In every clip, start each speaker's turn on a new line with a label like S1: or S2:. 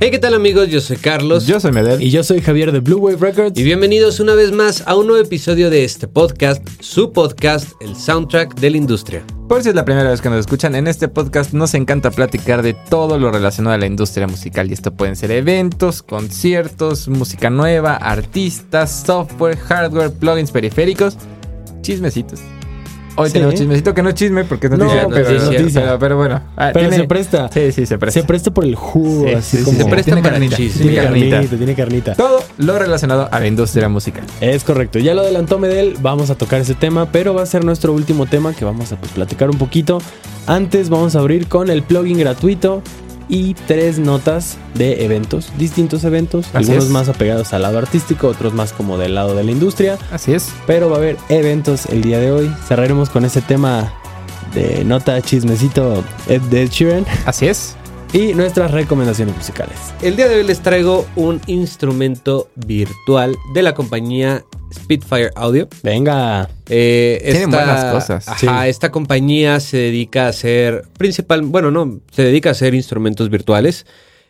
S1: Hey, ¿qué tal amigos? Yo soy Carlos.
S2: Yo soy Medel.
S3: Y yo soy Javier de Blue Wave Records.
S1: Y bienvenidos una vez más a un nuevo episodio de este podcast, su podcast, el soundtrack de la industria.
S2: Por si es la primera vez que nos escuchan, en este podcast nos encanta platicar de todo lo relacionado a la industria musical. Y esto pueden ser eventos, conciertos, música nueva, artistas, software, hardware, plugins periféricos, chismecitos. Hoy
S3: Sí.
S2: tenemos chismecito que no es chisme porque es
S3: No,
S2: noticia.
S1: pero es
S3: noticia.
S2: pero- pero bueno. Ah,
S3: Pero
S2: tiene-
S3: se presta.
S2: Sí, sí, se presta.
S3: Se presta por el jugo,
S2: Sí,
S3: así
S2: sí, sí,
S3: como.
S2: se presta
S1: Tiene
S2: para
S1: carnita.
S2: chisme.
S3: Tiene
S2: Tiene carnita.
S3: carnita, tiene carnita.
S2: Todo lo relacionado a la industria musical.
S3: Es correcto. Ya lo adelantó Medel, vamos a tocar ese tema, pero va a ser nuestro último tema que vamos a pues, platicar un poquito. Antes vamos a abrir con el plugin gratuito y tres notas de eventos, distintos eventos,
S2: Así
S3: algunos
S2: es.
S3: más apegados al lado artístico, otros más como del lado de la industria,
S2: Así es.
S3: pero va a haber eventos el día de hoy. Cerraremos con ese tema de nota chismecito Ed de Ed Sheeran
S2: Así es.
S3: y nuestras recomendaciones musicales.
S1: El día de hoy les traigo un instrumento virtual de la compañía Spitfire Audio.
S3: Venga,
S1: Eh,
S2: Tienen buenas cosas.
S1: ajá,
S3: Sí.
S1: Esta compañía se dedica a hacer principal, bueno, no, se dedica a hacer instrumentos virtuales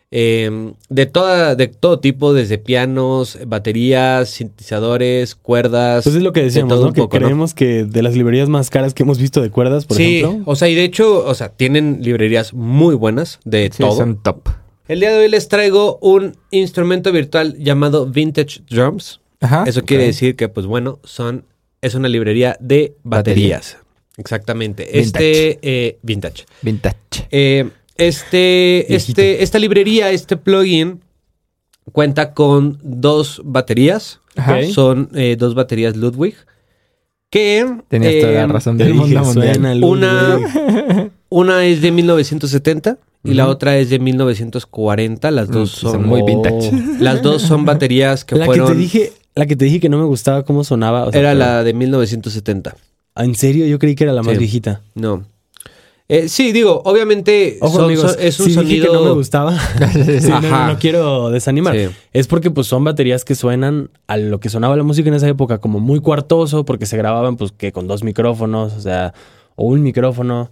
S1: eh, de toda, de todo tipo, desde pianos, baterías, sintetizadores, cuerdas.
S3: Pues es lo que
S1: de
S3: decíamos,
S1: todo
S3: ¿no?
S1: un
S3: Que
S1: poco, ¿no?
S3: creemos que de las librerías más caras que hemos visto de cuerdas, por
S1: sí,
S3: ejemplo.
S1: o sea, y de hecho, o sea, tienen librerías muy buenas de
S2: Sí,
S1: todo.
S2: son top.
S1: El día de hoy les traigo un instrumento virtual llamado Vintage Drums.
S2: Ajá.
S1: Eso quiere
S2: Ah, Ok.
S1: decir que, pues bueno, son es una librería de baterías. Exactamente. Este eh, vintage.
S2: Vintage.
S1: Eh, este,
S3: Viejito.
S1: este, esta librería, este plugin cuenta con dos baterías.
S2: Ajá.
S3: Ok.
S1: Son eh, dos baterías Ludwig que
S2: Tenías toda la
S1: eh,
S2: razón
S3: Te
S2: del
S3: Em, dije,
S2: mundo mundial.
S3: suena luz, güey.
S1: una, una es de 1970 y la
S3: Ujú. pues,
S1: otra es de 1940. Las dos
S2: Mm,
S1: son,
S2: son muy vintage.
S1: Las dos son baterías que
S3: Oh. la
S1: fueron.
S3: que te dije, la que te dije que no me gustaba cómo sonaba. o sea,
S1: era
S3: pero-
S1: la de 1970.
S3: Ah, En serio, yo creí que era la más
S1: Sí.
S3: viejita.
S1: No. Eh, sí, digo, obviamente
S3: Ojo,
S1: son-
S3: amigos,
S1: son- es un
S3: si
S1: sonido.
S3: dije que no me gustaba. sí, no, no,
S1: Ajá.
S3: no quiero desanimar.
S1: Sí.
S3: Es porque pues son baterías que suenan a lo que sonaba la música en esa época, como muy cuartoso, porque se grababan pues que con dos micrófonos, o sea, o un micrófono.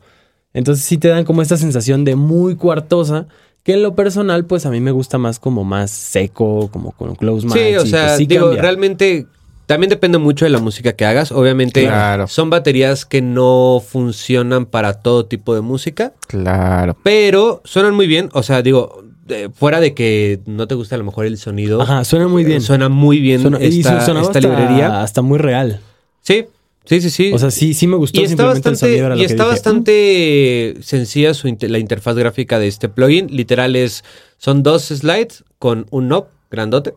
S3: Entonces sí te dan como esta sensación de muy cuartosa, que en lo personal pues a mí me gusta más como más seco, como con close match. pues,
S1: Sí, o sea, digo, realmente también depende mucho de la música que hagas. Obviamente
S2: Claro.
S1: son baterías que no funcionan para todo tipo de música,
S2: Claro.
S1: pero suenan muy bien. O sea, digo, eh, fuera de que no te gusta a lo mejor el sonido,
S3: Ajá, suena muy bien.
S1: eh, suena muy bien
S3: Suena- y
S1: esta,
S3: sonaba
S1: esta
S3: hasta-
S1: librería.
S3: hasta muy real.
S1: Sí, sí, sí, sí.
S3: O sea, sí, sí me gustó
S1: y está
S3: simplemente el
S1: bastante,
S3: sonido, era lo
S1: y
S3: que
S1: está
S3: dije.
S1: bastante sencilla su inte- la interfaz gráfica de este plugin. Literal es, son dos slides con un knob grandote.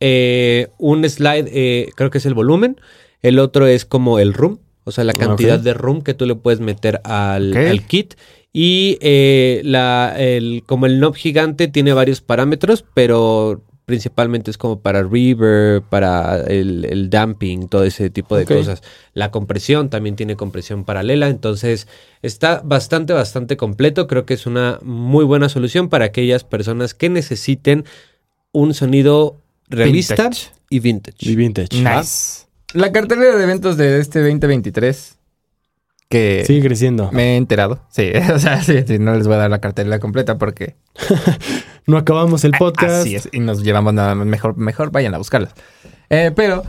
S1: Eh, un slide eh, creo que es el volumen. El otro es como el room, o sea, la cantidad
S3: Ah, ok.
S1: de room que tú le puedes meter al,
S2: Ok.
S1: al kit. Y eh, la, el, como el knob gigante tiene varios parámetros, pero principalmente es como para reverb, para el, el damping, todo ese tipo de
S3: Ok.
S1: cosas. La compresión también tiene compresión paralela, entonces está bastante, bastante completo. Creo que es una muy buena solución para aquellas personas que necesiten un sonido realista
S2: Vintage.
S1: y vintage.
S3: Y vintage.
S2: Nice. Ah. La cartelera de eventos de este 2023 que
S3: Sigue creciendo.
S2: Eh, me he enterado. Sí, o sea, sí, sí, no les voy a dar la cartelera completa porque
S3: No acabamos el podcast.
S2: Ah, así es y nos llevamos nada más. Mejor, mejor vayan a buscarla. Eh, pero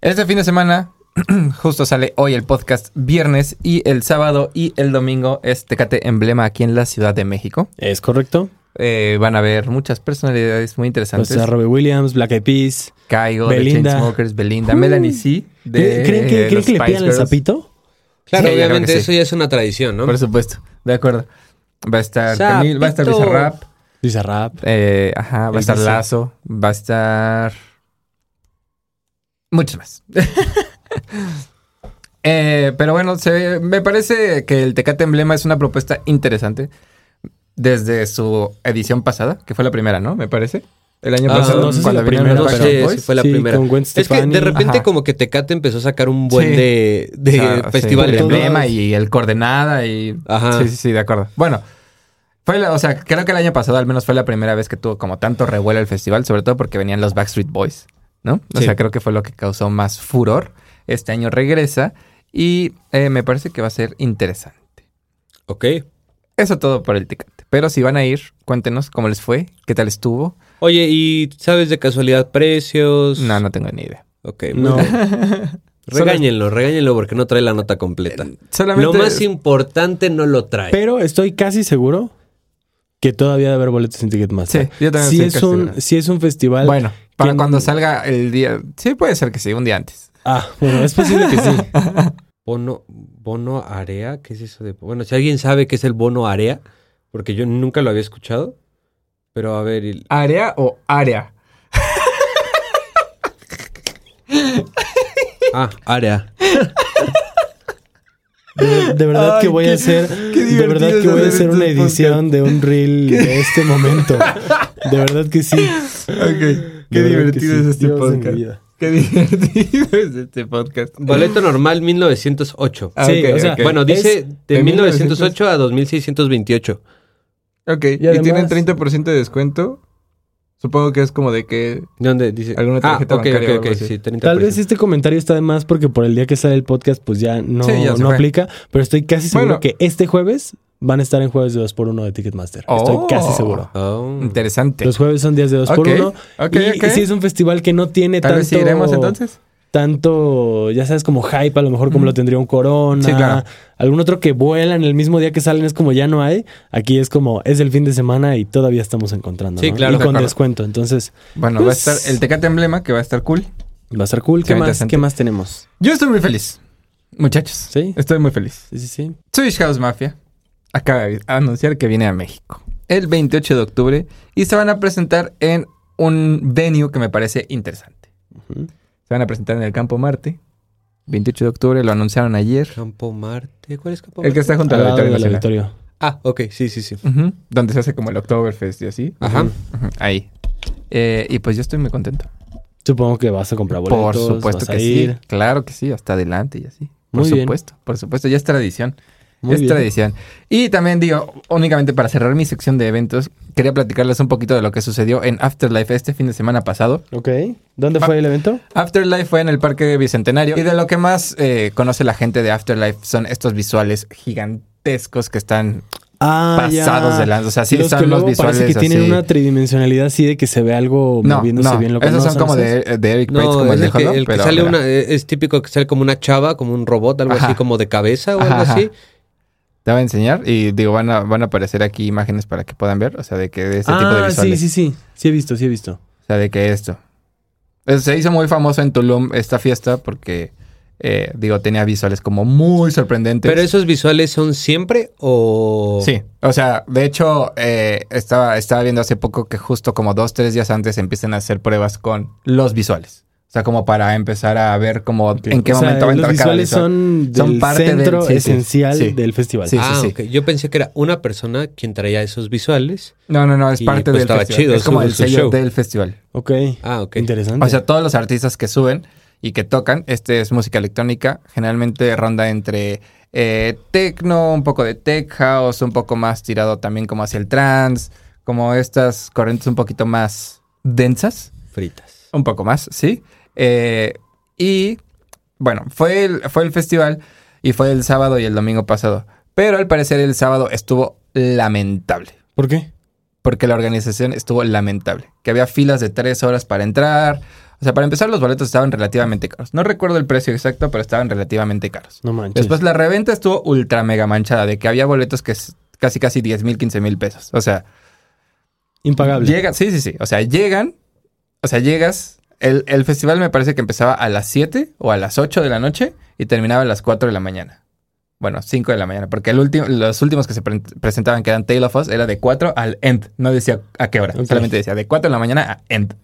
S2: este fin de semana justo sale hoy el podcast viernes y el sábado y el domingo es Tecate Emblema aquí en la Ciudad de México.
S3: Es correcto.
S2: Eh, van a ver muchas personalidades muy interesantes.
S3: Pues está Robbie Williams, Black Eyed Peas.
S2: Caigo,
S3: Belinda.
S2: de Chainsmokers, Belinda,
S3: Uy.
S2: Melanie C. de,
S3: ¿Creen
S2: eh,
S3: que, ¿creen
S2: los
S3: que
S2: Spice
S3: le pegan el
S2: Girls.
S3: sapito?
S1: Claro,
S2: Sí, yo creo que
S1: obviamente
S2: sí.
S1: eso ya es una tradición, ¿no?
S2: Por supuesto, de acuerdo. Va a estar Camil, va a estar
S1: Sapito.
S2: Bizarrap,
S3: Dice rap.
S2: eh, ajá, va
S3: El
S2: a estar
S3: Bizar-
S2: Lazo, va a estar muchos más. Eh, pero bueno, se- me parece que el Tecate Emblema es una propuesta interesante desde su edición pasada, que fue la primera, ¿no? Me parece. El año
S1: Ah,
S2: pasado,
S1: no sé si
S2: cuando
S3: la
S2: vinieron
S3: primera,
S2: los
S3: pero
S2: Backstreet
S1: sí,
S2: Boys.
S1: sí fue la
S3: Sí,
S1: primera.
S3: con Gwen
S1: es que de
S3: Stefani.
S1: repente
S2: Ajá.
S1: como que Tecate empezó a sacar un buen
S2: Sí.
S1: de, de
S2: Ah, sí,
S1: festivales.
S2: el
S1: ¿no?
S2: emblema y el coordenada y.
S1: Ajá.
S2: Sí, sí, sí, de acuerdo. Bueno, fue la- o sea, creo que el año pasado al menos fue la primera vez que tuvo como tanto revuelo el festival, sobre todo porque venían los Backstreet Boys, ¿no? O
S1: Sí.
S2: sea, creo que fue lo que causó más furor. Este año regresa y eh, me parece que va a ser interesante.
S1: Ok.
S2: Eso todo por el Tecate. Pero si van a ir, cuéntenos cómo les fue, qué tal estuvo.
S1: Oye, ¿y sabes de casualidad precios?
S2: No, no tengo ni idea.
S1: Ok, muy
S3: No.
S1: bien. Regáñenlo, regáñenlo porque no trae la nota completa.
S2: Eh,
S1: Lo
S2: Solamente
S1: más importante no lo trae.
S3: Pero estoy casi seguro que todavía debe haber boletos en Ticketmaster.
S2: Sí, yo también
S3: si
S2: estoy
S3: es
S2: casi
S3: un,
S2: seguro.
S3: Si es un festival...
S2: Bueno, para
S3: que-
S2: cuando salga el día. Sí, puede ser que sí, un día antes.
S3: Ah, bueno, es posible que sí.
S1: Bono, bono área, ¿qué es eso de? Bueno, si alguien sabe qué es el bono área, porque yo nunca lo había escuchado, pero a ver, el-
S2: ¿Área o área?
S1: ah, área.
S3: De, de verdad
S2: Ay,
S3: que voy
S2: qué-
S3: a hacer...
S2: qué
S3: De verdad
S2: divertido
S3: que voy a
S2: hacer
S3: hacer una
S2: estos
S3: edición de un reel de este momento. De verdad que sí.
S2: Ok.
S3: De verdad que sí. Dios de mi vida.
S2: este Qué divertido es este podcast.
S1: Boleto normal 1908.
S2: Ah,
S3: Sí,
S2: ok,
S3: o sea,
S2: ok.
S1: Bueno, dice de,
S2: de
S1: 1908 a 2628.
S2: Ok, y,
S3: además-
S2: tienen 30% de descuento. Supongo que es como de que.
S1: ¿De ¿Dónde dice?
S2: Alguna tarjeta
S1: ah, ok,
S2: bancaria o
S1: ok,
S2: algo
S1: ok,
S2: así.
S1: sí, 30%.
S3: Tal vez este comentario está de más porque por el día que sale el podcast, pues ya no,
S2: Sí, ya se
S3: no
S2: fue.
S3: aplica. Pero estoy casi seguro
S2: Bueno.
S3: que este jueves van a estar en jueves de 2x1 de Ticketmaster.
S2: Oh.
S3: Estoy casi seguro.
S1: Oh.
S2: Interesante.
S3: Los jueves son días de 2x1.
S2: Ok, ok,
S3: y
S2: ok.
S3: si es un festival que no tiene
S2: Tal
S3: tanto.
S2: vez sí iremos entonces.
S3: Tanto, ya sabes, como hype, a lo mejor como lo tendría un Corona.
S2: Sí, claro.
S3: Algún otro que vuela en el mismo día que salen es como ya no hay. Aquí es como es el fin de semana y todavía estamos encontrando.
S1: Sí,
S3: ¿no?
S1: claro,
S3: Y
S1: de
S3: con
S2: acuerdo.
S3: descuento. Entonces
S2: Bueno,
S3: Pues-
S2: va a estar el Tecate Emblema, que va a estar cool.
S3: va a ser cool.
S2: Sí,
S3: ¿Qué, más,
S2: interesante.
S3: ¿Qué más tenemos?
S2: Yo estoy muy feliz. Muchachos.
S3: Sí.
S2: Estoy muy feliz.
S3: Sí, sí, sí.
S2: Switch House Mafia acaba de anunciar que viene a México el 28 de octubre y se van a presentar en un venue que me parece interesante.
S3: Ujú.
S2: Se van a presentar en el Campo Marte. 28 de octubre, lo anunciaron ayer.
S1: Campo Marte. ¿Cuál es Campo Marte?
S2: El que está junto
S3: Al
S2: al
S3: lado
S2: Auditorio
S3: del
S2: Nacional.
S3: auditorio.
S1: Ah, ok, sí, sí, sí.
S2: Ujú, Donde se hace como el Oktoberfest y así.
S1: Ajá.
S2: Ujú, Ahí. Eh, y pues yo estoy muy contento.
S3: Supongo que vas a comprar boletos.
S2: por supuesto
S3: vas a
S2: que
S3: ir.
S2: sí. Claro que sí, hasta adelante y así. Por
S3: Muy bien.
S2: supuesto, por supuesto, ya es tradición.
S3: Muy
S2: es
S3: bien.
S2: tradición. Y también digo, únicamente para cerrar mi sección de eventos, quería platicarles un poquito de lo que sucedió en Afterlife este fin de semana pasado.
S3: Ok. ¿Dónde fue el evento?
S2: Afterlife fue en el Parque Bicentenario y de lo que más eh, conoce la gente de Afterlife son estos visuales gigantescos que están...
S3: Ah,
S2: Pasados de lanza, o sea, sí
S3: los
S2: son
S3: que
S2: los
S3: luego Parece
S2: visuales
S3: que tienen
S2: así.
S3: una tridimensionalidad así de que se ve algo
S2: No,
S3: moviéndose
S2: no,
S3: bien. Lo
S2: esos
S3: no,
S2: son como
S3: esos?
S2: de, de Eric Page,
S1: No,
S2: como
S1: es
S2: el de
S1: el que,
S2: Hollow,
S1: el que
S2: pero
S1: sale
S2: mira.
S1: una, e, es típico que sale como una chava, como un robot, algo
S2: Ajá.
S1: así como de cabeza o
S2: Ajá,
S1: algo
S2: ajá.
S1: así.
S2: Te voy a enseñar y digo, van a, van a aparecer aquí imágenes para que puedan ver, o sea, de que de este
S3: ah,
S2: tipo de
S3: sí,
S2: visuales.
S3: sí, sí. Sí he visto, sí he visto.
S2: O sea, de que esto. Eso se hizo muy famoso en Tulum esta fiesta porque, eh, digo, tenía visuales como muy sorprendentes.
S1: Pero esos visuales son siempre o.
S2: Sí, o sea, de hecho, eh, estaba, estaba viendo hace poco que justo como dos, tres días antes empiezan a hacer pruebas con los visuales. O sea, como para empezar a ver como en qué
S3: O sea,
S2: momento va a
S3: Los
S2: entrar cada
S3: visuales
S2: visual.
S3: son del
S2: Son parte del-
S3: centro
S2: sí, sí,
S3: esencial
S2: sí.
S3: del festival.
S2: Sí,
S1: ah,
S2: sí, sí.
S1: ok. Yo pensé que era una persona quien traía esos visuales.
S2: No, no, no, es
S1: Y,
S2: parte
S1: pues,
S2: del
S1: estaba
S2: festival.
S1: chido
S2: es como
S1: su-
S2: el
S1: su
S2: sello
S1: show.
S2: del festival.
S3: Ok.
S1: Ah, ok.
S3: Interesante.
S2: O sea, todos los artistas que suben y que tocan, este es música electrónica, generalmente ronda entre eh, techno, un poco de tech house, un poco más tirado también como hacia el trance, como estas corrientes un poquito más densas,
S1: Fritas.
S2: un poco más, ¿sí? Eh, y bueno, fue el, fue el festival y fue el sábado y el domingo pasado, pero al parecer el sábado estuvo lamentable
S3: ¿Por qué?
S2: porque la organización estuvo lamentable. Que había filas de tres horas para entrar. O sea, para empezar, los boletos estaban relativamente caros. No recuerdo el precio exacto, pero estaban relativamente caros.
S3: No manches.
S2: Después la reventa estuvo ultra mega manchada, de que había boletos que es casi casi 10 mil, 15 mil pesos. O sea,
S3: Impagable.
S2: llegan, sí, sí, sí. O sea, llegan, o sea, llegas. El, el festival me parece que empezaba a las 7 o a las 8 de la noche y terminaba a las 4 de la mañana. Bueno, 5 de la mañana, porque el último, los últimos que se pre- presentaban, que eran Tale of Us, era de 4 al end. No decía a qué hora,
S3: Ok.
S2: solamente decía de 4 de la mañana a end.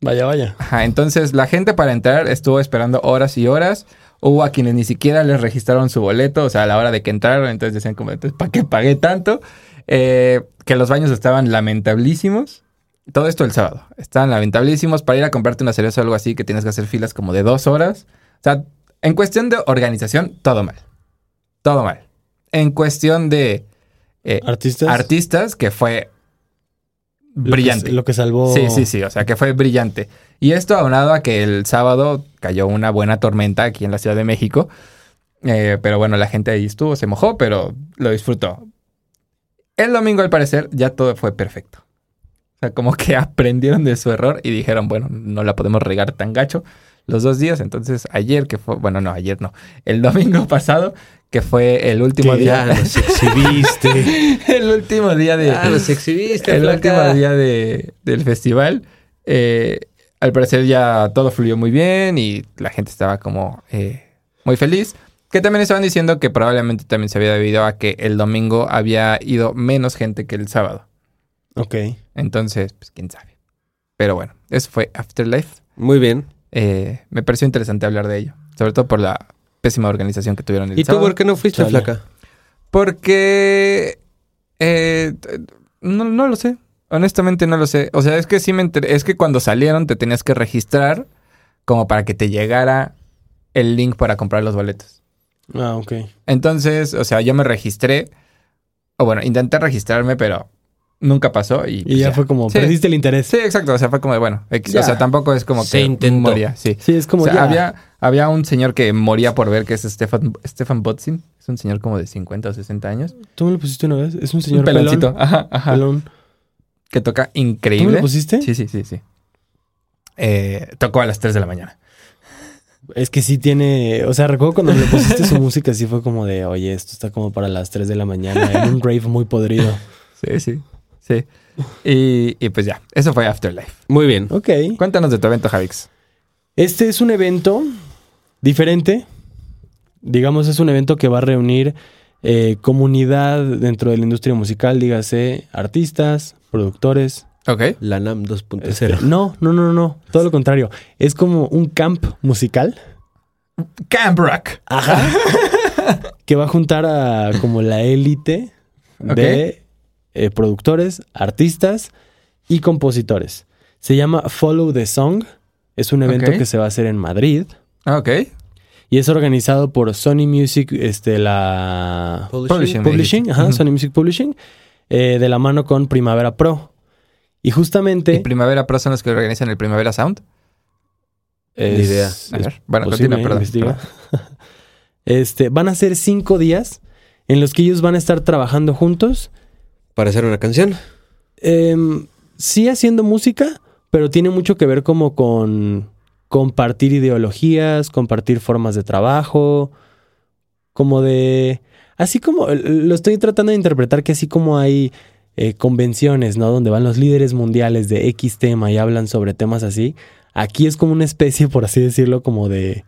S3: Vaya, vaya.
S2: Ajá, entonces la gente para entrar estuvo esperando horas y horas. Hubo a quienes ni siquiera les registraron su boleto, o sea, a la hora de que entraron, entonces decían como, "Entonces, ¿para qué pagué tanto? Eh, que los baños estaban lamentablísimos. Todo esto el sábado. Estaban lamentablísimos para ir a comprarte una cereza o algo así, que tienes que hacer filas como de dos horas. O sea, en cuestión de organización, todo mal. Todo mal. En cuestión de eh,
S3: Artistas.
S2: artistas, que fue
S3: Lo que-
S2: brillante.
S3: Lo que salvó.
S2: Sí, sí, sí, o sea que fue brillante. Y esto aunado a que el sábado cayó una buena tormenta aquí en la Ciudad de México. Eh, pero bueno, la gente ahí estuvo, se mojó, pero lo disfrutó. El domingo, al parecer, ya todo fue perfecto. O sea, como que aprendieron de su error y dijeron, bueno, no la podemos regar tan gacho los dos días. Entonces, ayer que fue, bueno, no, ayer no, el domingo pasado, que fue el último
S1: Que ya
S2: día.
S1: nos exhibiste.
S2: el último día de.
S1: ya Ah, nos exhibiste,
S2: el
S1: Este flaca.
S2: último día de- del festival. eh, al parecer ya todo fluyó muy bien y la gente estaba como eh, muy feliz. Que también estaban diciendo que probablemente también se había debido a que el domingo había ido menos gente que el sábado.
S3: Ok.
S2: Entonces, pues quién sabe. Pero bueno, eso fue Afterlife.
S1: Muy bien.
S2: Eh, me pareció interesante hablar de ello. Sobre todo por la pésima organización que tuvieron el
S1: ¿Y tú
S2: sábado.
S1: por qué no fuiste,
S3: Chale.
S1: flaca?
S2: Porque. eh, t- no, no lo sé. Honestamente no lo sé. O sea, es que sí me enteré. Es que cuando salieron te tenías que registrar como para que te llegara el link para comprar los boletos.
S3: Ah, ok.
S2: Entonces, o sea, yo me registré. O bueno, intenté registrarme, pero nunca pasó. Y,
S3: Y
S2: pues,
S3: ya fue como,
S2: Sí.
S3: perdiste el interés.
S2: Sí, exacto. O sea, fue como de, bueno, X.
S3: Ya.
S2: O sea, tampoco es como
S1: Se
S2: que
S1: intentó.
S2: moría. Sí.
S3: Sí, es como
S2: O sea,
S3: ya.
S2: había, había un señor que moría por ver que es Stefan, Stefan Botzin. Es un señor como de 50 o 60 años.
S3: ¿Tú me lo pusiste una vez? Es un
S2: Un
S3: señor
S2: peloncito.
S3: pelón.
S2: Ajá, ajá.
S3: Pelón.
S2: Que toca
S3: ¿Tú me
S2: increíble.
S3: lo pusiste?
S2: Sí, sí, sí, sí. Eh, tocó a las 3 de la mañana.
S3: Es que sí tiene. O sea, recuerdo cuando le pusiste su música, sí fue como de, oye, esto está como para las 3 de la mañana en un rave muy podrido.
S2: Sí, sí. Sí. Y, y pues ya, eso fue Afterlife.
S1: Muy bien.
S3: Ok.
S2: Cuéntanos de tu evento, Javix.
S3: Este es un evento diferente. Digamos, es un evento que va a reunir eh, comunidad dentro de la industria musical, dígase artistas, productores.
S2: Ok.
S1: La NAM
S2: Este,
S1: 2.0.
S3: Este, No, no, no, no. Todo lo contrario. Es como un camp musical.
S2: Camp Rock.
S3: que va a juntar a como la élite de eh, productores, artistas y compositores. Se llama Follow the Song. Es un evento
S2: Ok.
S3: que se va a hacer en Madrid
S2: Ok.
S3: y es organizado por Sony Music, este, la
S2: Publishing.
S3: Publishing, ajá,
S2: Ujú.
S3: Sony Music Publishing, eh, de la mano con Primavera Pro. Y
S2: ¿Y
S3: justamente
S2: Primavera Pro son los que organizan el Primavera Sound?
S1: Ni idea.
S3: es-
S2: A
S3: es
S2: ver, bueno,
S3: Posible,
S2: continúa, perdón.
S3: investiga.
S2: perdón.
S3: este, van a ser cinco días en los que ellos van a estar trabajando juntos
S1: Para hacer una canción.
S3: Em, sí haciendo música, pero tiene mucho que ver como con compartir ideologías, compartir formas de trabajo, como de... Así como lo estoy tratando de interpretar que así como hay eh, convenciones, ¿no? Donde van los líderes mundiales de X tema y hablan sobre temas así, aquí es como una especie, por así decirlo, como de...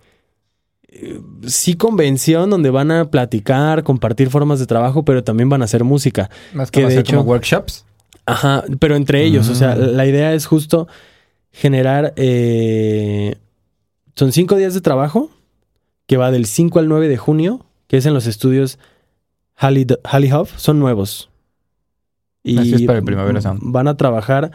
S3: eh, Sí, convención donde van a platicar, compartir formas de trabajo, pero también van a hacer música.
S2: Más
S3: Que
S2: como
S3: de
S2: hacer como
S3: hecho-
S2: workshops.
S3: Ajá, pero entre ellos, o sea,
S2: Ah.
S3: la idea es justo generar... eh, son cinco días de trabajo, que va del 5 al 9 de junio, que es en los estudios Halley Halley Hub, son nuevos. Y
S2: Así es para el Primavera Sound.
S3: van a trabajar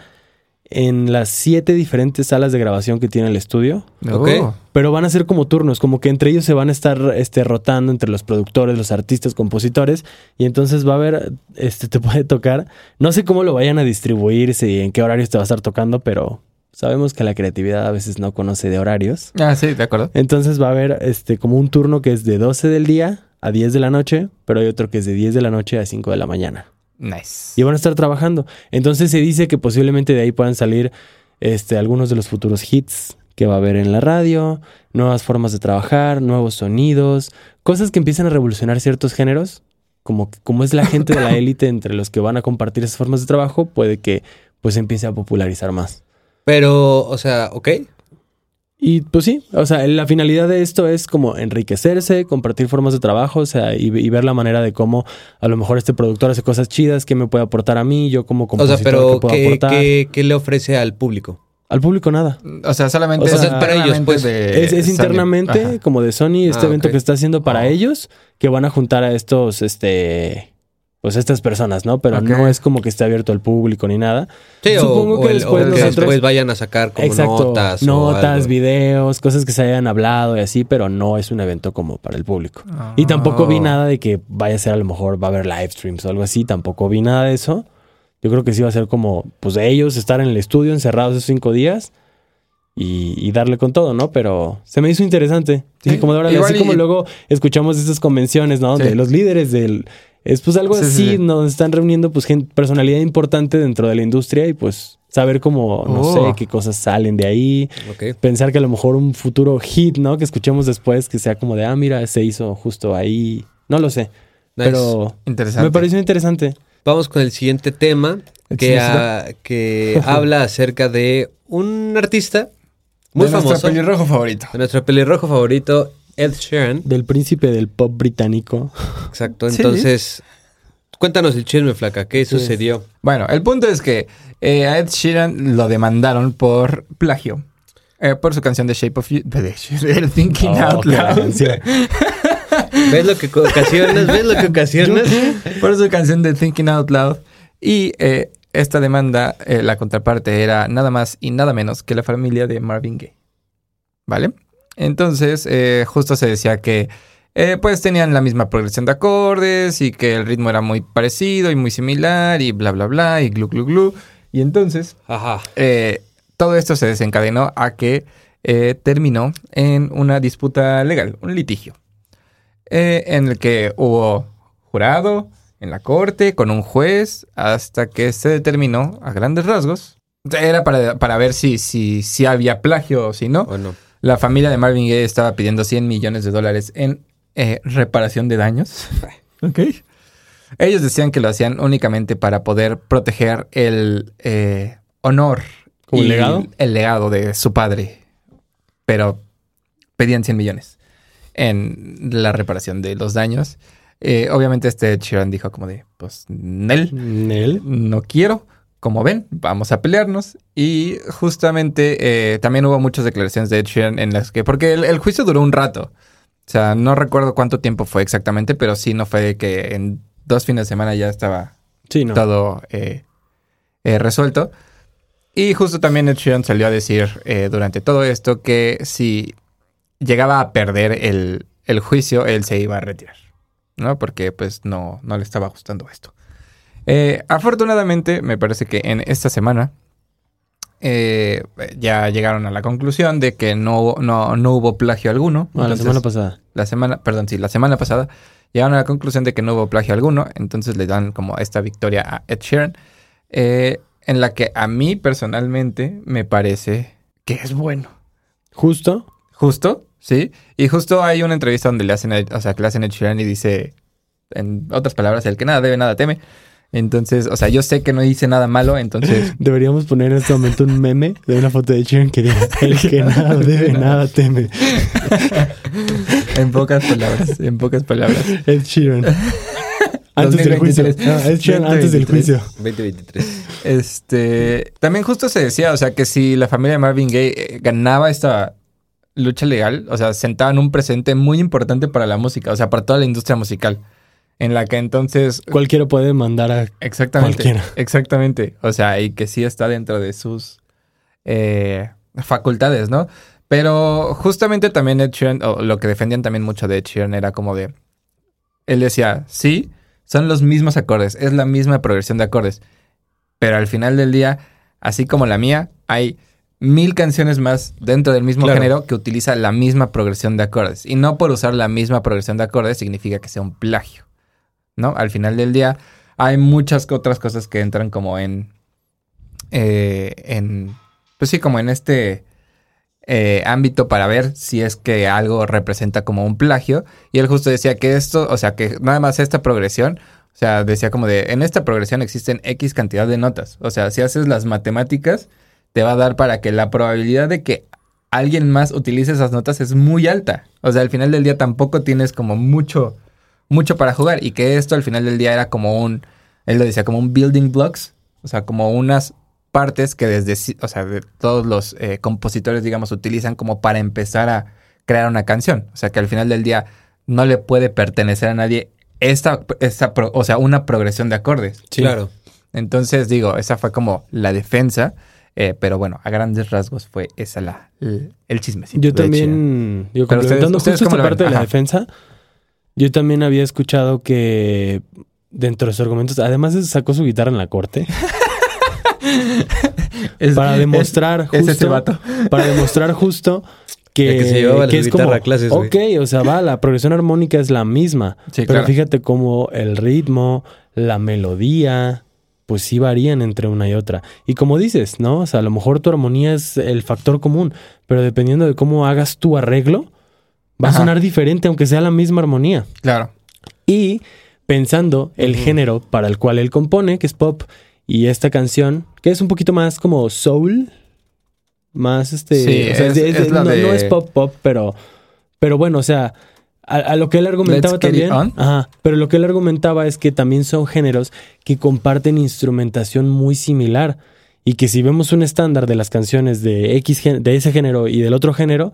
S3: en las siete diferentes salas de grabación que tiene el estudio.
S1: Ok.
S3: Pero van a ser como turnos, como que entre ellos se van a estar este, rotando entre los productores, los artistas, compositores, y entonces va a haber, este, te puede tocar, no sé cómo lo vayan a distribuirse y en qué horarios te va a estar tocando, pero sabemos que la creatividad a veces no conoce de horarios.
S2: Ah, sí, de acuerdo.
S3: Entonces va a haber este, como un turno que es de 12 del día a 10 de la noche, pero hay otro que es de 10 de la noche a 5 de la mañana.
S2: Nice.
S3: Y van a estar trabajando. Entonces se dice que posiblemente de ahí puedan salir este, algunos de los futuros hits que va a haber en la radio, nuevas formas de trabajar, nuevos sonidos, cosas que empiezan a revolucionar ciertos géneros. Como, como es la gente de la élite entre los que van a compartir esas formas de trabajo, puede que pues empiece a popularizar más.
S1: Pero, o sea, ok.
S3: Y pues sí, o sea, la finalidad de esto es como enriquecerse, compartir formas de trabajo, o sea, y, y ver la manera de cómo a lo mejor este productor hace cosas chidas, qué me puede aportar a mí, yo como
S1: O
S3: compositor,
S1: sea, pero
S3: qué puedo
S1: ¿qué,
S3: aportar.
S1: qué- qué le ofrece al público?
S3: Al público nada.
S2: O sea, solamente
S3: O sea,
S2: es
S3: para
S1: ellos,
S2: internamente
S1: pues.
S2: de
S3: Es, es
S2: Sony.
S3: internamente,
S2: Ajá.
S3: como de Sony, este
S1: Ah,
S3: evento
S1: ok.
S3: que está haciendo para
S2: Ah.
S3: ellos, que van a juntar a estos, este, pues estas personas, ¿no? Pero
S2: Ok.
S3: no es como que esté abierto al público ni nada.
S1: Sí, o-
S3: Supongo
S1: o,
S3: que
S1: el-
S3: después
S1: o que
S2: nosotros-
S1: después vayan a sacar como notas. o algo.
S3: videos, cosas que se hayan hablado y así, pero no es un evento como para el público. Y tampoco vi
S2: Oh.
S3: nada de que vaya a ser a lo mejor, va a haber live streams o algo así, tampoco vi nada de eso. Yo creo que sí va a ser como, pues de ellos estar en el estudio encerrados esos cinco días y, y darle con todo, ¿no? Pero se me hizo interesante.
S2: Sí,
S3: Dije, como de órale,
S2: igual
S3: así
S2: y-
S3: como luego escuchamos estas convenciones, ¿no?
S2: Sí.
S3: Donde los líderes del Es pues algo
S2: Sí, sí, sí.
S3: así, nos están reuniendo pues gente, personalidad importante dentro de la industria y pues saber cómo, no
S2: Oh.
S3: sé, qué cosas salen de ahí.
S1: Ok.
S3: Pensar que a lo mejor un futuro hit, ¿no? Que escuchemos después que sea como de, ah, mira, se hizo justo ahí. No lo sé.
S1: Nice.
S3: Pero
S2: Interesante.
S3: me pareció interesante.
S1: Vamos con el siguiente tema que,
S3: Excelente.
S1: ah, que habla acerca de un artista muy
S2: de
S1: famoso,
S2: Nuestro pelirrojo favorito.
S1: de nuestro pelirrojo favorito, Ed Sheeran.
S3: Del príncipe del pop británico.
S1: Exacto,
S2: Sí.
S1: entonces cuéntanos el chisme, flaca, ¿qué sucedió?
S2: Bueno, el punto es que eh, a Ed Sheeran lo demandaron por plagio. eh, por su canción de Shape of You. de- El Thinking
S3: Oh,
S2: Out
S3: qué
S2: Loud.
S3: valencia.
S1: ¿Ves lo que co- ocasionas? ¿Ves lo que ocasionas?
S2: por su canción de Thinking Out Loud. Y eh, esta demanda, eh, la contraparte era nada más y nada menos que la familia de Marvin Gaye. ¿Vale? Entonces, eh, justo se decía que eh, pues tenían la misma progresión de acordes y que el ritmo era muy parecido y muy similar y bla, bla, bla y glu, glu, glu. Y entonces,
S1: Ajá.
S2: eh, todo esto se desencadenó a que eh, terminó en una disputa legal, un litigio, eh, en el que hubo jurado en la corte con un juez hasta que se determinó a grandes rasgos. Era para, para ver si, si, si había plagio o si no.
S1: Bueno,
S2: La familia de Marvin Gaye estaba pidiendo 100 millones de dólares en eh, reparación de daños. ok. Ellos decían que lo hacían únicamente para poder proteger el eh, honor.
S3: ¿Como el legado?
S2: El legado de su padre. Pero pedían 100 millones en la reparación de los daños. Eh, obviamente este Ed Sheeran dijo como de, pues, Nel
S3: Nel.
S2: no quiero. Como ven, vamos a pelearnos. Y justamente eh, también hubo muchas declaraciones de Ed Sheeran en las que... Porque el, el juicio duró un rato. O sea, no recuerdo cuánto tiempo fue exactamente, pero sí no fue que en dos fines de semana ya estaba
S3: Sí, no.
S2: todo eh, eh, resuelto. Y justo también Ed Sheeran salió a decir eh, durante todo esto que si llegaba a perder el, el juicio, él se iba a retirar, ¿no? Porque pues no, no le estaba gustando esto. Eh, afortunadamente, me parece que en esta semana eh, ya llegaron a la conclusión de que no, no, no hubo plagio alguno.
S3: Ah, la
S2: Entonces,
S3: semana pasada.
S2: la semana, perdón, sí, la semana pasada llegaron a la conclusión de que no hubo plagio alguno, entonces le dan como esta victoria a Ed Sheeran, eh, en la que a mí personalmente me parece que es bueno.
S3: Justo.
S2: Justo, ¿sí? Y justo hay una entrevista donde le hacen, a- o sea, que le hacen a Ed Sheeran y dice, en otras palabras, el que nada debe, nada teme. Entonces, o sea, yo sé que no hice nada malo, entonces
S3: Deberíamos poner en este momento un meme de una foto de Chiron que diga el que nada debe, nada teme.
S2: en pocas palabras, en pocas palabras.
S3: Ed Sheeran. Antes del juicio.
S2: 2023.
S3: No, Ed Sheeran antes del
S2: 2023.
S3: juicio.
S1: 2023.
S2: Este, también justo se decía, o sea, que si la familia de Marvin Gaye eh, ganaba esta lucha legal, o sea, sentaban un presente muy importante para la música, o sea, para toda la industria musical, en la que entonces
S3: Cualquiera puede mandar a.
S2: exactamente,
S3: Cualquiera.
S2: exactamente, o sea, y que sí está dentro de sus eh, facultades, ¿no? Pero justamente también Ed Sheeran, o lo que defendían también mucho de Ed Sheeran era como de, él decía, sí, son los mismos acordes, es la misma progresión de acordes, pero al final del día, así como la mía, hay mil canciones más dentro del mismo
S1: Claro.
S2: género que utiliza la misma progresión de acordes. Y no por usar la misma progresión de acordes significa que sea un plagio, ¿no? Al final del día, hay muchas otras cosas que entran como en... eh, en pues sí, como en este eh, ámbito para ver si es que algo representa como un plagio. Y él justo decía que esto, o sea, que nada más esta progresión, o sea, decía como de, en esta progresión existen X cantidad de notas. O sea, si haces las matemáticas, te va a dar para que la probabilidad de que alguien más utilice esas notas es muy alta. O sea, al final del día tampoco tienes como mucho, mucho para jugar. Y que esto al final del día era como un, él lo decía, como un building blocks. O sea, como unas partes que desde, si- o sea, de todos los eh, compositores, digamos, utilizan como para empezar a crear una canción. O sea, que al final del día no le puede pertenecer a nadie esta, esta pro- o sea, una progresión de acordes.
S1: Claro.
S2: Entonces, digo, esa fue como la defensa. eh, pero bueno, a grandes rasgos fue esa la, l- el chismecito.
S3: Yo
S2: de Sheeran.
S3: también. Yo
S2: Pero
S3: complementando
S2: ustedes- ustedes cómo
S3: justo esta
S2: la ven.
S3: parte de la
S2: Ajá.
S3: defensa, yo también había escuchado que dentro de sus argumentos, además de eso, sacó su guitarra en la corte
S2: Es-
S3: para
S2: es-
S3: demostrar
S2: Es,
S3: justo.
S2: ese vato.
S3: Para demostrar justo
S1: El
S3: que,
S1: que se llevaba la
S3: que es
S1: guitarra
S3: como,
S1: a clases, güey.
S3: ok, o sea, va, la progresión armónica es la misma,
S2: Sí,
S3: pero
S2: claro.
S3: fíjate cómo el ritmo, la melodía, pues sí varían entre una y otra. Y como dices, ¿no? O sea, a lo mejor tu armonía es el factor común, pero dependiendo de cómo hagas tu arreglo, va
S2: Ajá.
S3: a sonar diferente aunque sea la misma armonía.
S2: Claro.
S3: Y pensando el
S1: Ujú.
S3: género para el cual él compone, que es pop, y esta canción, que es un poquito más como soul, más este...
S2: Sí,
S3: o sea,
S2: es-
S3: de- de-
S2: es la
S3: no,
S2: de-
S3: no es pop pop, pero, pero bueno, o sea, a, a lo que él argumentaba
S2: Let's get it
S3: también...
S2: on.
S3: Ajá, pero lo que él argumentaba es que también son géneros que comparten instrumentación muy similar. Y que si vemos un estándar de las canciones de, X, gen- de ese género y del otro género,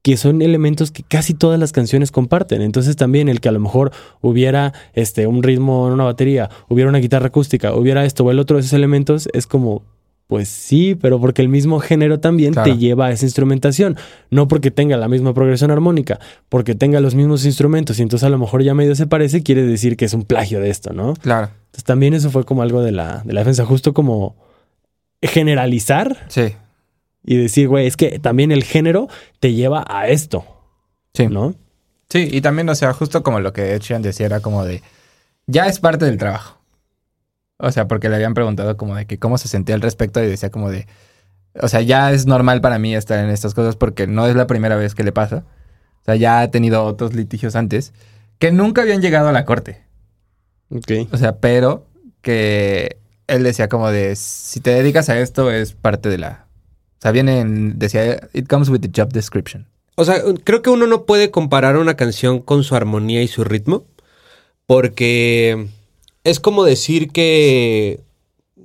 S3: que son elementos que casi todas las canciones comparten. Entonces también el que a lo mejor hubiera este, un ritmo en una batería, hubiera una guitarra acústica, hubiera esto o el otro de esos elementos, es como, pues sí, pero porque el mismo género también
S2: Claro.
S3: te lleva a esa instrumentación. No porque tenga la misma progresión armónica, porque tenga los mismos instrumentos y entonces a lo mejor ya medio se parece, quiere decir que es un plagio de esto, ¿no?
S2: Claro.
S3: Entonces también eso fue como algo de la, de la defensa, justo como generalizar
S2: Sí.
S3: y decir, güey, es que también el género te lleva a esto,
S2: Sí.
S3: ¿no?
S2: Sí, y también, o sea, justo como lo que Edgeon decía, era como de. Ya es parte del trabajo. O sea, porque le habían preguntado como de que cómo se sentía al respecto y decía como de. O sea, ya es normal para mí estar en estas cosas porque no es la primera vez que le pasa. O sea, ya ha tenido otros litigios antes que nunca habían llegado a la corte.
S3: Ok.
S2: O sea, pero que él decía como de, si te dedicas a esto es parte de la... O sea, viene en, decía, it comes with the job description.
S1: O sea, creo que uno no puede comparar una canción con su armonía y su ritmo, porque es como decir que,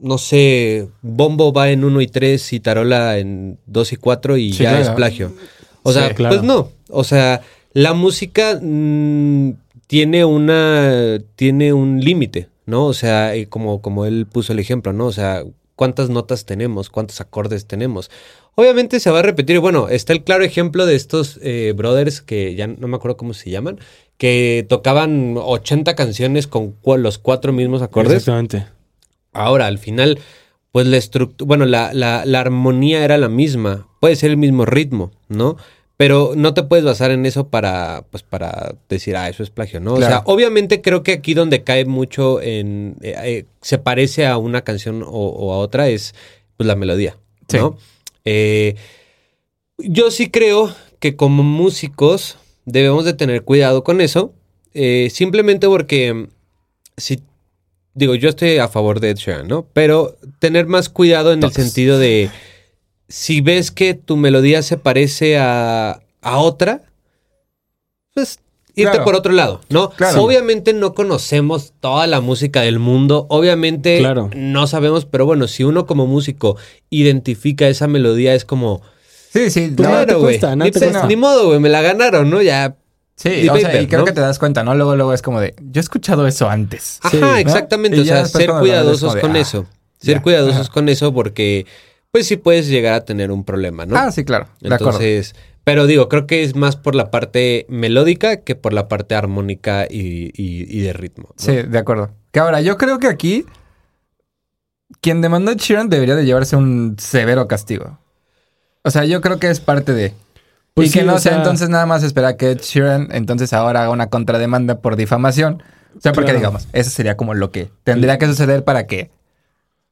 S1: no sé, bombo va en 1 y 3 y tarola en 2 y 4 y
S2: Sí,
S1: ya
S2: claro.
S1: es plagio. O
S3: Sí,
S1: sea,
S3: claro.
S1: pues no. O sea, la música mm, tiene una, tiene un límite, ¿no? O sea, y como, como él puso el ejemplo, ¿no? O sea, cuántas notas tenemos, cuántos acordes tenemos. Obviamente se va a repetir. Bueno, está el claro ejemplo de estos eh, brothers que ya no me acuerdo cómo se llaman, que tocaban 80 canciones con cua- los cuatro mismos acordes.
S3: Exactamente.
S1: Ahora, al final, pues la estructura, bueno, la, la- la armonía era la misma, puede ser el mismo ritmo, ¿no? Pero no te puedes basar en eso para, pues, para decir, ah, eso es plagio, ¿no? O
S2: Claro.
S1: sea, obviamente creo que aquí donde cae mucho en, eh, eh, se parece a una canción o, o a otra es, pues, la melodía,
S2: Sí.
S1: ¿no? Eh, yo sí creo que como músicos debemos de tener cuidado con eso, eh, simplemente porque mm, si digo, yo estoy a favor de Ed Sheeran, ¿no? Pero tener más cuidado en
S2: Toques.
S1: el sentido de si ves que tu melodía se parece a, a otra, pues irte
S2: Claro.
S1: por otro lado, ¿no?
S2: Claro.
S1: Obviamente no conocemos toda la música del mundo, obviamente
S3: Claro.
S1: no sabemos, pero bueno, si uno como músico identifica esa melodía es como,
S2: Sí, sí,
S3: Pues
S2: no,
S3: nada,
S1: claro,
S3: te
S1: güey,
S3: cuesta, nada
S1: ni,
S3: te
S1: pues,
S2: cuesta.
S1: ni modo, güey, me la ganaron, ¿no? Ya.
S2: sí,
S1: y
S2: o sea, y
S1: Paper,
S2: creo
S1: ¿no?
S2: que te das cuenta, ¿no? Luego, luego es como de, yo he escuchado eso antes.
S1: Ajá,
S3: Sí, ¿no?
S1: exactamente,
S2: Y
S1: o
S2: ya
S1: sea,
S2: después
S1: ser
S2: cuando la ves como
S1: cuidadosos
S2: de,
S1: con
S2: ah,
S1: eso. Ser
S2: ya,
S1: cuidadosos
S2: ajá.
S1: con eso porque, pues sí puedes llegar a tener un problema, ¿no?
S2: Ah, sí, claro, de acuerdo.
S1: Entonces, pero digo, creo que es más por la parte melódica que por la parte armónica y, y- y de ritmo. ¿no?
S2: Sí, de acuerdo. Que ahora, yo creo que aquí quien demandó a Sheeran debería de llevarse un severo castigo. O sea, yo creo que es parte de...
S3: Pues
S2: y
S3: sí,
S2: que no
S3: o
S2: sea,
S3: sea-
S2: entonces nada más espera que Ed Sheeran entonces ahora haga una contrademanda por difamación. O sea, porque
S3: Claro.
S2: digamos, eso sería como lo que tendría que suceder para que...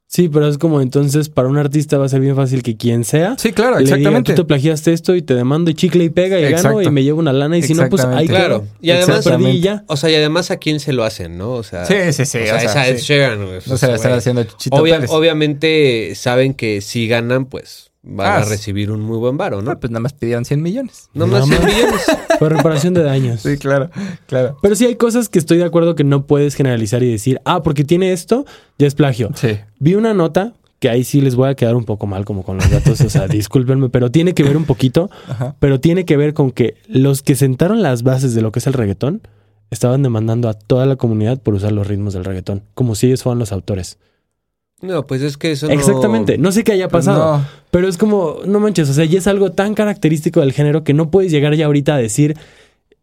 S3: Sí, pero es como entonces para un artista va a ser bien fácil que quien sea.
S2: Sí, claro,
S3: le diga,
S2: exactamente.
S3: Tú te plagiaste esto y te demando y chicle y pega y
S2: Exacto.
S3: gano y me llevo una lana y si no, pues hay
S2: Exactamente.
S1: Claro. Y además,
S3: perdí y ya.
S1: o sea, y además a quién se lo hacen, ¿no? O sea,
S2: Sí, sí, sí.
S1: o sea, es a Ed
S2: sí.
S1: Sheeran, güey,
S2: No se le
S1: güey.
S2: están haciendo chichito
S1: Obvia-
S2: Pérez.
S1: Obviamente saben que si ganan, pues van
S2: Ah,
S1: a
S2: sí.
S1: recibir un muy buen varo,
S2: No,
S1: ¿no?
S2: pues nada más pidieron 100 millones.
S1: No más 100
S3: Nada más.
S1: millones.
S3: Por reparación de daños.
S2: Sí, claro, claro.
S3: Pero sí hay cosas que estoy de acuerdo que no puedes generalizar y decir, ah, porque tiene esto, ya es plagio.
S2: Sí.
S3: Vi una nota que ahí sí les voy a quedar un poco mal como con los datos, o sea, discúlpenme, pero tiene que ver un poquito,
S2: Ajá.
S3: pero tiene que ver con que los que sentaron las bases de lo que es el reggaetón estaban demandando a toda la comunidad por usar los ritmos del reggaetón, como si ellos fueran los autores.
S1: No, pues es que eso no... Pues
S3: Exactamente, no sé qué haya pasado.
S2: No,
S3: Pero es como, no manches, o sea, ya es algo tan característico del género que no puedes llegar ya ahorita a decir,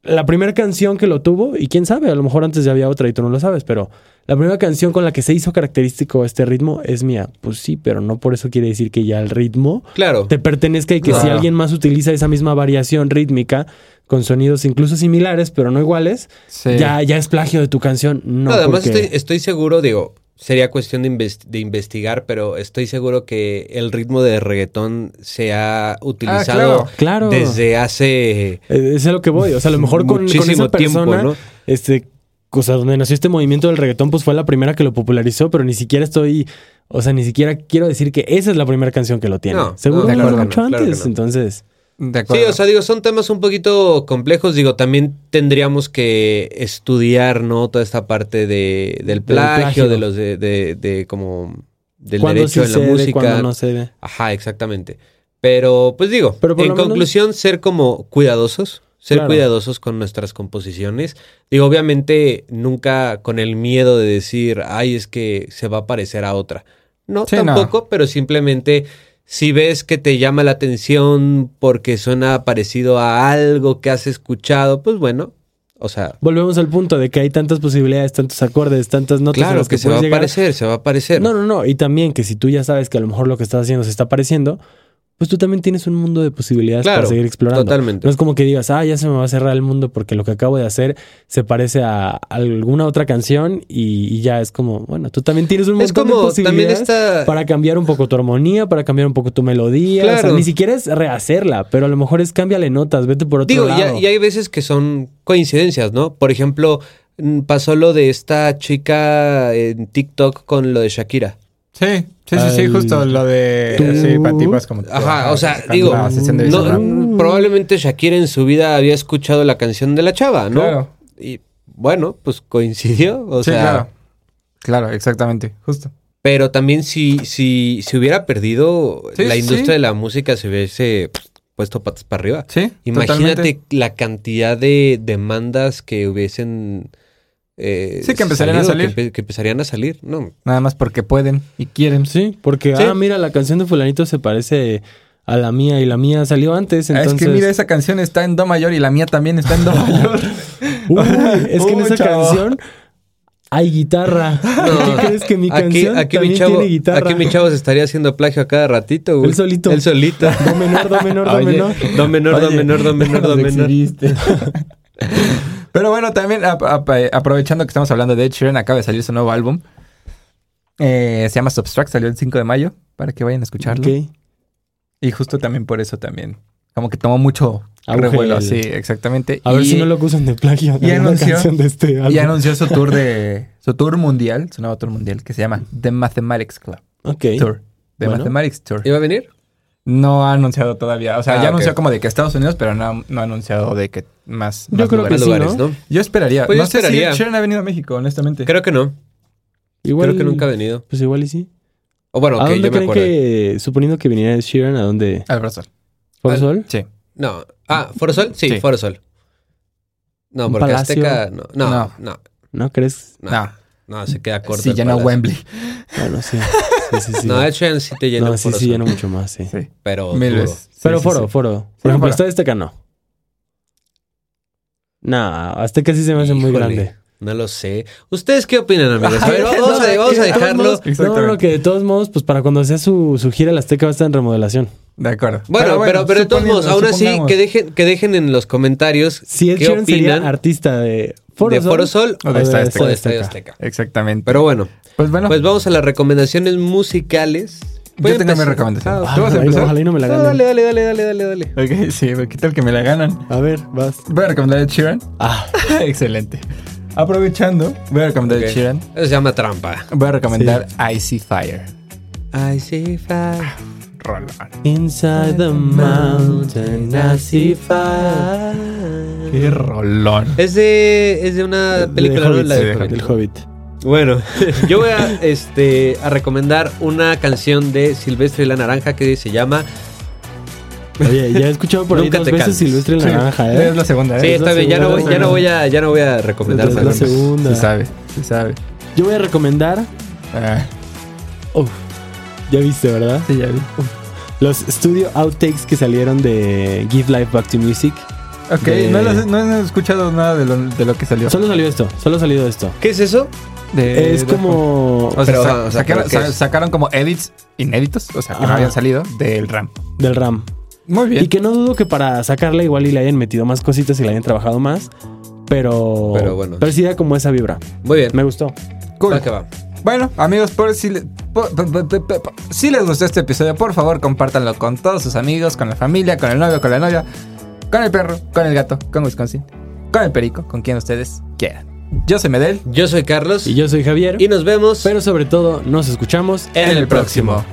S3: la primera canción que lo tuvo, y quién sabe, a lo mejor antes ya había otra y tú no lo sabes, pero la primera canción con la que se hizo característico este ritmo es mía. Pues sí, pero no por eso quiere decir que ya el ritmo
S1: Claro.
S3: te pertenezca y que si
S2: Claro.
S3: alguien más utiliza esa misma variación rítmica con sonidos incluso similares, pero no iguales,
S2: Sí.
S3: ya, ya es plagio de tu canción. No,
S1: No, además
S3: porque-
S1: estoy, estoy seguro, digo, sería cuestión de, inves- de investigar, pero estoy seguro que el ritmo de reggaetón se ha utilizado
S3: Ah, Claro.
S1: desde hace...
S3: Eh, Es a lo que voy. O sea, a lo mejor con, con
S1: Muchísimo
S3: esa
S1: tiempo,
S3: persona,
S1: ¿no?
S3: este, o sea, donde nació este movimiento del reggaetón, pues fue la primera que lo popularizó, pero ni siquiera estoy, o sea, ni siquiera quiero decir que esa es la primera canción que lo tiene.
S1: No,
S3: Seguro
S1: no,
S3: lo
S2: de acuerdo,
S3: hemos hecho
S1: no, claro
S3: antes,
S1: que no.
S3: entonces.
S2: De
S1: Sí,
S2: acuerdo.
S1: o sea, digo, son temas un poquito complejos. Digo, también tendríamos que estudiar, ¿no? Toda esta parte de, del plagio,
S3: plagio.
S1: de los de, de, de como del
S3: cuando
S1: derecho
S3: sí
S1: en
S3: se
S1: la
S3: ve,
S1: música.
S3: cuando no se ve.
S1: Ajá, exactamente. Pero, pues digo,
S3: Pero por
S1: en
S3: lo menos-
S1: conclusión, ser como cuidadosos, ser
S3: Claro.
S1: cuidadosos con nuestras composiciones. Digo, obviamente, nunca con el miedo de decir, ay, es que se va a parecer a otra. No,
S2: Sí, no.
S1: tampoco, pero simplemente si ves que te llama la atención porque suena parecido a algo que has escuchado, pues bueno, o sea,
S3: Volvemos al punto de que hay tantas posibilidades, tantos acordes, tantas notas a
S1: claro
S3: las
S1: que,
S3: que,
S1: se va
S3: puedes
S1: a
S3: llegar.
S1: parecer, se va a parecer.
S3: No, no, no. Y también que si tú ya sabes que a lo mejor lo que estás haciendo se está pareciendo, pues tú también tienes un mundo de posibilidades
S1: Claro,
S3: para seguir explorando.
S1: totalmente.
S3: No es como que digas, ah, ya se me va a cerrar el mundo porque lo que acabo de hacer se parece a alguna otra canción y, y ya es como, bueno, tú también tienes un montón
S1: es como
S3: de
S1: también
S3: posibilidades
S1: está
S3: para cambiar un poco tu armonía, para cambiar un poco tu melodía. O sea,
S1: Claro.
S3: ni siquiera es rehacerla, pero a lo mejor es cámbiale notas, vete por otro
S1: Digo, y,
S3: lado.
S1: y hay veces que son coincidencias, ¿no? Por ejemplo, mm, pasó lo de esta chica en TikTok con lo de Shakira.
S4: Sí, sí, sí, sí,
S3: Al-
S4: justo lo de
S3: Tú-
S4: sí,
S2: pues,
S4: patipas como tú.
S1: Ajá, o sea,
S4: sacando
S1: digo,
S4: la sesión de
S1: no-
S4: Bizarrap.
S1: mm, probablemente Shakira en su vida había escuchado la canción de la chava, ¿no?
S2: Claro.
S1: Y bueno, pues coincidió, o
S2: Sí,
S1: sea,
S2: claro. Claro, exactamente, justo.
S1: pero también si si si hubiera perdido
S2: Sí,
S1: la
S2: sí.
S1: industria de la música se hubiese pff, puesto patas para arriba.
S2: Sí,
S1: Imagínate
S2: totalmente.
S1: la cantidad de demandas que hubiesen. eh,
S2: Sí, que empezarían a
S1: salido,
S2: salir.
S1: Que, empe- que empezarían a salir. No.
S2: Nada más porque pueden y quieren.
S3: Sí, porque,
S1: Sí.
S3: ah, mira, la canción de fulanito se parece a la mía y la mía salió antes,
S2: Ah,
S3: entonces...
S2: Es que mira, esa canción está en Do mayor y la mía también está en Do mayor.
S3: Uy, es que en
S2: Uy,
S3: esa
S2: chavo.
S3: canción hay guitarra.
S1: No.
S3: ¿Qué crees que mi
S1: Aquí,
S3: canción
S1: aquí
S3: también
S1: mi chavo,
S3: tiene guitarra?
S1: aquí mi chavo se estaría haciendo plagio a cada ratito, güey.
S3: Él solito.
S1: Él solito.
S3: Do menor, do menor, do
S2: Oye.
S3: menor.
S1: Do menor, do
S2: Oye,
S1: menor, do menor, do
S2: nos
S1: menor.
S2: exhibiste. Pero bueno, también ap- ap- eh, aprovechando que estamos hablando de Ed Sheeran, acaba de salir su nuevo álbum. Eh, se llama Substract, salió el 5 de mayo, para que vayan a escucharlo.
S3: Ok.
S2: Y justo también por eso también, como que tomó mucho
S3: Auge
S2: revuelo.
S3: el-
S2: Sí, exactamente.
S3: A ver
S2: Y-
S3: si no lo acusan de plagio
S2: y
S3: de una
S2: anunció-
S3: canción de este álbum.
S2: Y anunció su tour de su tour mundial, su nuevo tour mundial que se llama The Mathematics Club
S3: Ok.
S2: Tour. The
S3: Bueno.
S2: Mathematics Tour.
S1: ¿Iba a venir?
S2: No ha anunciado todavía, o sea,
S1: Ah,
S2: ya
S1: ok.
S2: anunció como de que Estados Unidos, pero no, ha- no ha anunciado de que más.
S3: Yo
S2: más
S3: creo que
S1: Más
S2: lugares.
S3: Pues
S1: lugares,
S3: sí, ¿no?
S1: ¿no?
S2: Yo esperaría.
S1: Pues yo
S2: no sé si
S1: esperaría.
S2: Ed Sheeran ha venido a México, honestamente.
S1: Creo que no.
S3: Igual,
S1: Creo que nunca ha venido.
S3: Pues igual y sí.
S1: O bueno,
S3: ¿A
S1: ok,
S3: dónde
S1: yo me
S3: creen
S1: acuerdo.
S3: que, suponiendo que viniera Ed Sheeran, a dónde?
S2: Al brazo.
S3: ¿Foro
S1: Al-
S3: Sol?
S2: Sí.
S1: No. Ah, ¿Forosol? Sí,
S2: Sí.
S1: Forosol. No,
S3: ¿Un
S1: porque
S3: palacio?
S1: Azteca. No, no, no.
S2: No.
S1: No,
S3: ¿No crees?
S2: No.
S1: no, se queda corto.
S2: sí,
S1: el
S2: llena
S1: palacio.
S2: Wembley.
S3: Bueno, sí. Sí, sí, sí.
S1: No, Ed Sheeran sí te llena
S3: No,
S1: el
S3: sí,
S1: Foro
S3: sí,
S1: Sol,
S3: lleno mucho más, sí.
S2: Sí.
S1: Pero
S2: Mil
S1: Oh, duro.
S2: veces. Sí,
S3: Pero
S2: sí,
S3: foro,
S2: sí.
S3: foro.
S2: Sí,
S3: Por
S2: foro.
S3: ejemplo, esta Azteca no. Nah, Azteca sí se me hace muy
S1: Híjole,
S3: grande.
S1: No lo sé. ¿Ustedes qué opinan, amigos? A ver,
S2: Ay,
S1: vamos,
S2: no,
S1: a, vamos a
S2: ¿qué?
S1: dejarlo.
S2: Vamos.
S3: No, no,
S2: Exactamente.
S3: que de todos modos, pues para cuando sea su, su gira, la Azteca va a estar en remodelación.
S2: De acuerdo.
S1: Bueno, pero, pero, de todos
S2: suponiendo-
S1: modos, aún así,
S2: supongamos.
S1: que dejen, que dejen en los comentarios
S3: Si Ed
S1: qué
S3: Sheeran sería
S1: opinan
S3: artista de Foro
S1: de
S3: Sol,
S1: Foro Sol
S2: O de Estadio
S1: o de
S2: Azteca.
S1: Estadio Azteca.
S2: Exactamente.
S1: Pero bueno,
S2: pues bueno,
S1: pues vamos a las recomendaciones musicales.
S2: yo
S1: Pueden
S2: tengo mi
S1: empezar-
S2: recomendación.
S3: Ah,
S2: ¿Tú vas a
S3: ojalá y no-
S2: empezar?
S3: ojalá y no me la
S1: Ah,
S3: ganen.
S1: dale, dale, dale, dale, dale, dale.
S2: Ok, sí, pero ¿qué tal que me la ganan?
S3: A ver, vas.
S2: Voy a recomendar a Ed Sheeran.
S3: Ah,
S2: Excelente. Aprovechando, voy a recomendar a
S1: Ok.
S2: Ed Sheeran.
S1: Eso se llama trampa.
S2: Voy a recomendar Icy Fire.
S1: I see fire.
S2: Rolón.
S3: Inside the mountain, I see fire.
S2: Qué rolón.
S1: Es de, es de una película, ¿no?
S3: Hobbit,
S1: La
S2: sí,
S1: de
S2: de
S1: Hobbit.
S3: del Hobbit.
S1: Bueno, yo voy a, este, a recomendar una canción de Silvestre y la Naranja que se llama...
S3: Oye, ya he escuchado por ahí
S1: Nunca
S3: dos
S1: te
S3: veces
S1: canses.
S3: Silvestre en la
S2: Sí,
S3: Naranja,
S2: Es
S3: ¿eh?
S2: la segunda, ¿eh?
S1: Sí,
S3: es la
S1: está bien, ya no, voy,
S3: segunda.
S1: ya, no voy a, ya no voy a recomendar
S3: Es la
S1: más.
S3: segunda.
S2: Se sabe, se sabe.
S3: Yo voy a recomendar.
S2: Ah,
S3: Uf, ya viste, ¿verdad?
S2: sí, ya vi.
S3: Los studio outtakes que salieron de Give Life Back to Music.
S2: Ok,
S3: De-
S2: no, lo- no he escuchado nada de lo, de lo que salió.
S3: Solo salió esto, solo salió esto.
S1: ¿Qué es eso?
S2: De-
S3: es
S2: de-
S3: como
S2: O sea,
S1: Pero,
S2: sa-
S1: o sea,
S2: sacaron,
S1: ¿pero qué
S2: sa-
S1: es?
S2: sacaron como edits inéditos, o sea, que no
S3: Ajá.
S2: habían salido del RAM.
S3: del RAM.
S2: Muy bien.
S3: Y que no dudo que para sacarla igual y le hayan metido más cositas y le hayan trabajado más. Pero.
S1: Pero bueno.
S3: Pero sí da como esa vibra.
S1: Muy bien.
S3: Me gustó.
S2: Cool.
S1: Va que va.
S2: Bueno, amigos, por si, le- por- por- por- por- por- por- si les gustó este episodio, por favor, compártanlo con todos sus amigos, con la familia, con el novio, con la novia, con el perro, con el gato, con Wisconsin, con el perico, con quien ustedes quieran. Yo soy Medel.
S1: Yo soy Carlos
S3: Y yo soy Javier.
S1: y nos vemos.
S3: Pero sobre todo, nos escuchamos
S1: En el próximo.